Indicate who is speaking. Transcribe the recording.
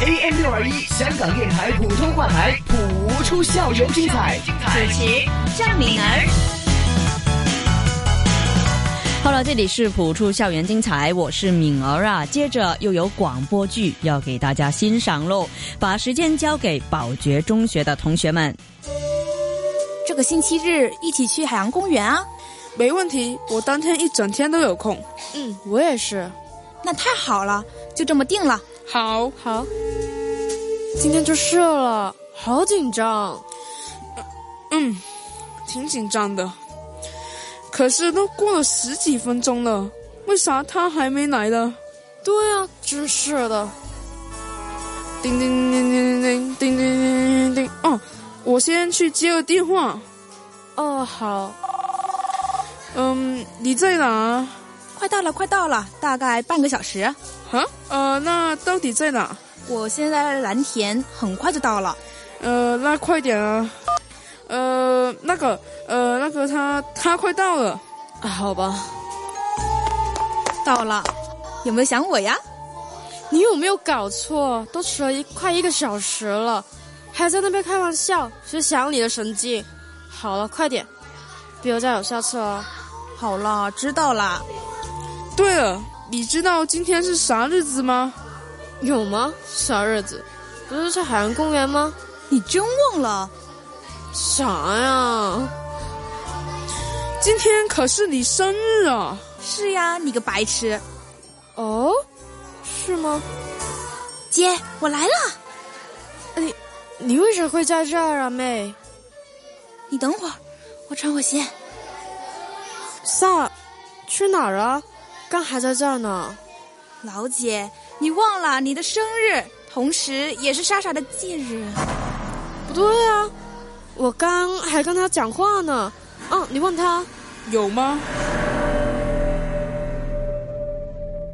Speaker 1: AM 六二一香港电台普通话台，谱出校园精彩。
Speaker 2: 主持郑敏儿。好了，这里是普出校园精彩，我是敏儿啊。接着又有广播剧要给大家欣赏喽，把时间交给宝觉中学的同学们。
Speaker 3: 这个星期日一起去海洋公园啊！
Speaker 4: 没问题，我当天一整天都有空。
Speaker 5: 嗯，我也是。
Speaker 3: 那太好了，就这么定了。
Speaker 4: 好，
Speaker 5: 好，今天就是了，好紧张。呃
Speaker 4: 嗯，挺紧张的。可是都过了十几分钟了，为啥他还没来呢？
Speaker 5: 对啊，真是的。
Speaker 4: 叮叮叮叮叮叮叮叮叮！哦，我先去接个电话。
Speaker 5: 哦，好。
Speaker 4: 嗯，你在哪？
Speaker 3: 快到了，快到了，大概半个小时。啊？
Speaker 4: 呃，那到底在哪？
Speaker 3: 我现在在蓝田，很快就到了。
Speaker 4: 呃，那快点啊。呃，那个，呃，那个他，他快到了，
Speaker 5: 啊，好吧，
Speaker 3: 到了，有没有想我呀？
Speaker 5: 你有没有搞错？都迟了一快一个小时了，还在那边开玩笑，谁想你的神经？好了，快点，别再有下次了。
Speaker 3: 好了，知道了。
Speaker 4: 对了，你知道今天是啥日子吗？
Speaker 5: 有吗？啥日子？不是去海洋公园吗？
Speaker 3: 你真忘了？
Speaker 5: 啥呀？
Speaker 4: 今天可是你生日啊！
Speaker 3: 是呀，你个白痴！
Speaker 5: 哦，是吗？
Speaker 3: 姐，我来了。
Speaker 5: 你，你为啥会在这儿啊，妹？
Speaker 3: 你等会儿，我穿会鞋。
Speaker 5: 萨，去哪儿啊？刚还在这儿呢。
Speaker 3: 老姐，你忘了你的生日，同时也是莎莎的忌日。
Speaker 5: 不对啊！我刚还跟他讲话呢，嗯、啊，你问他
Speaker 4: 有吗？